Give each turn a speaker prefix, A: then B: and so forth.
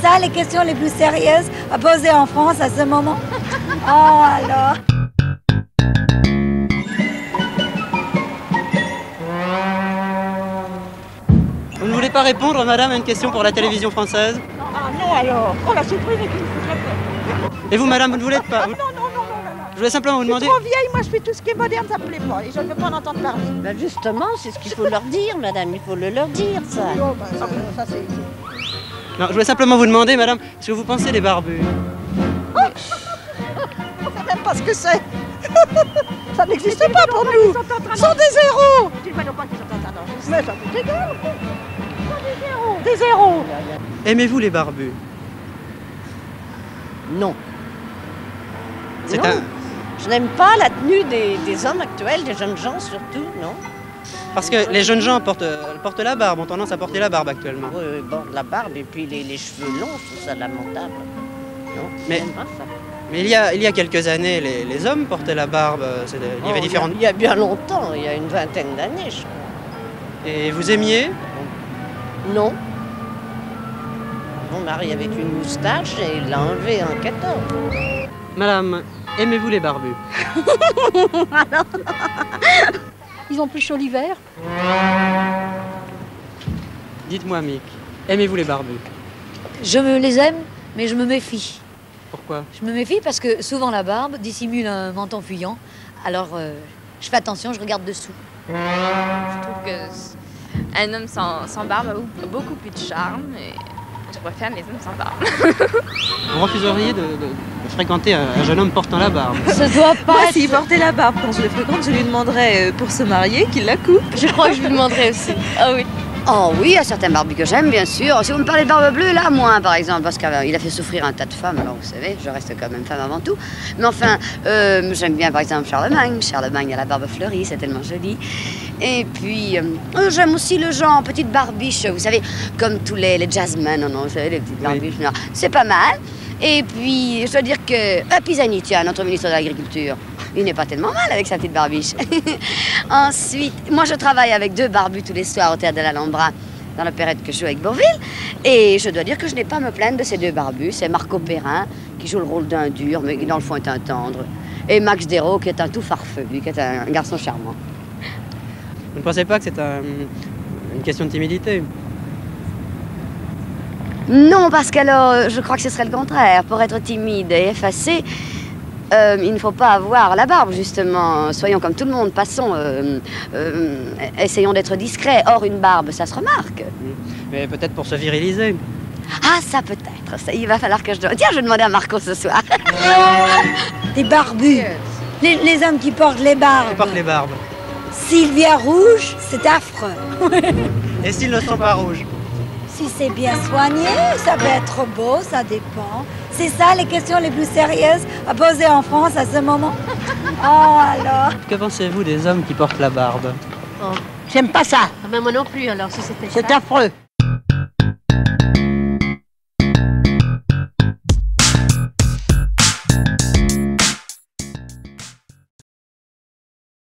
A: ça les questions les plus sérieuses à poser en France à ce moment Oh alors
B: Vous ne voulez pas répondre, madame, à une question pour la télévision française
C: Ah non alors Oh la surprise est une foutre la paix.
B: Et vous, madame, vous ne voulez pas
C: Ah non, non, non, non, non, non.
B: Je voulais simplement vous
C: Je suis
B: demander...
C: trop Oh, vieille, moi je fais tout ce qui est moderne, ça me plaît pas. Et je ne veux pas en entendre parler.
D: Ben justement, c'est ce qu'il faut leur dire, madame. Il faut le leur dire, ça.
C: Oh, bah, ça, ça, c'est...
B: Non, je voulais simplement vous demander, madame, ce que vous pensez des barbus.
C: Je sais même pas ce que c'est. ça n'existe pas pour nous. Ce sont des héros. Mais ça fait égal. Des héros. Des héros.
B: Aimez-vous les barbus
D: Non.
B: C'est
D: Non.
B: un...
D: Je n'aime pas la tenue des, des hommes actuels, des jeunes gens surtout, non
B: Parce que les jeunes gens portent, euh, portent la barbe, ont tendance à porter la barbe actuellement.
D: Oui, oui, bon, la barbe et puis les, les cheveux longs, je trouve ça lamentable. Non,
B: Mais-
D: j'aime pas ça.
B: Mais il y a, il y a quelques années, les, les hommes portaient la barbe. euh, c'était- Il y
D: Oh,
B: avait différentes...
D: Il y a bien longtemps, il y a une vingtaine d'années, je crois.
B: Et vous aimiez
D: Non. Mon mari avait une moustache et il l'a enlevée en 14.
B: Madame, aimez-vous les barbus
E: Ils ont plus chaud l'hiver.
B: Dites-moi, Mick, aimez-vous les barbus
E: Je me les aime, mais je me méfie.
B: Pourquoi
E: Je me méfie parce que souvent la barbe dissimule un menton fuyant. Alors, euh, je fais attention, je regarde dessous.
F: trouve que s- un homme sans, sans barbe a beaucoup- beaucoup plus de charme et je préfère les hommes sans barbe.
B: Vous refuseriez de, de- de fréquenter un, un jeune homme portant la barbe
E: Ça doit
C: Bah,
E: pas
G: Moi, s'il portait Bah, la barbe quand je le fréquente, je lui demanderais euh, pour se marier qu'il la coupe.
F: Je crois que je lui demanderais aussi. Ah oui.
H: Oh oui, il y a certains barbus que j'aime, bien sûr. Si vous me parlez de barbe bleue, là, moins, par exemple, parce qu'il a fait souffrir un tas de femmes, alors vous savez, je reste quand même femme avant tout. Mais enfin, euh, j'aime bien, par exemple, Charlemagne. Charlemagne a la barbe fleurie, c'est tellement joli. Et puis, euh, euh, j'aime aussi le genre petite barbiche, vous savez, comme tous les, les jazzmen, non, non, vous savez, les petites barbiches, non. c'est pas mal. Et puis, je dois dire que euh, Pisani, tiens, notre ministre de l'Agriculture, il n'est pas tellement mal avec sa petite barbiche. Ensuite, moi je travaille avec deux barbus tous les soirs au théâtre de l'Alhambra, dans l'opérette que je joue avec Bourville. Et je dois dire que je n'ai pas à me plaindre de ces deux barbus. C'est Marco Perrin, qui joue le rôle d'un dur, mais qui dans le fond est un tendre. Et Max Dérault, qui est un tout farfelu, qui est un garçon charmant.
B: Vous ne pensez pas que c'est un- une question de timidité
H: Non, parce qu'alors, euh, je crois que ce serait le contraire. Pour être timide et effacé, euh, il ne faut pas avoir la barbe, justement. Soyons comme tout le monde, passons, euh, euh, essayons d'être discrets. Or, une barbe, ça se remarque.
B: Mais peut-être pour se viriliser.
H: Ah, ça peut-être. Ça, Il va falloir que je... demande. Tiens, je vais demander à Marco ce soir.
A: Les barbus les, les hommes qui portent les
B: Ils
A: barbes
B: portent les barbes.
A: Sylvia Rouge, c'est affreux
B: Et s'ils ne sont pas rouges
A: Si c'est bien soigné, ça peut être beau, ça dépend. C'est ça les questions les plus sérieuses à poser en France à ce moment Oh alors
B: Que pensez-vous des hommes qui portent la barbe
I: Oh, Ah ben, J'aime pas ça. moi non plus, alors, si c'était C'est affreux.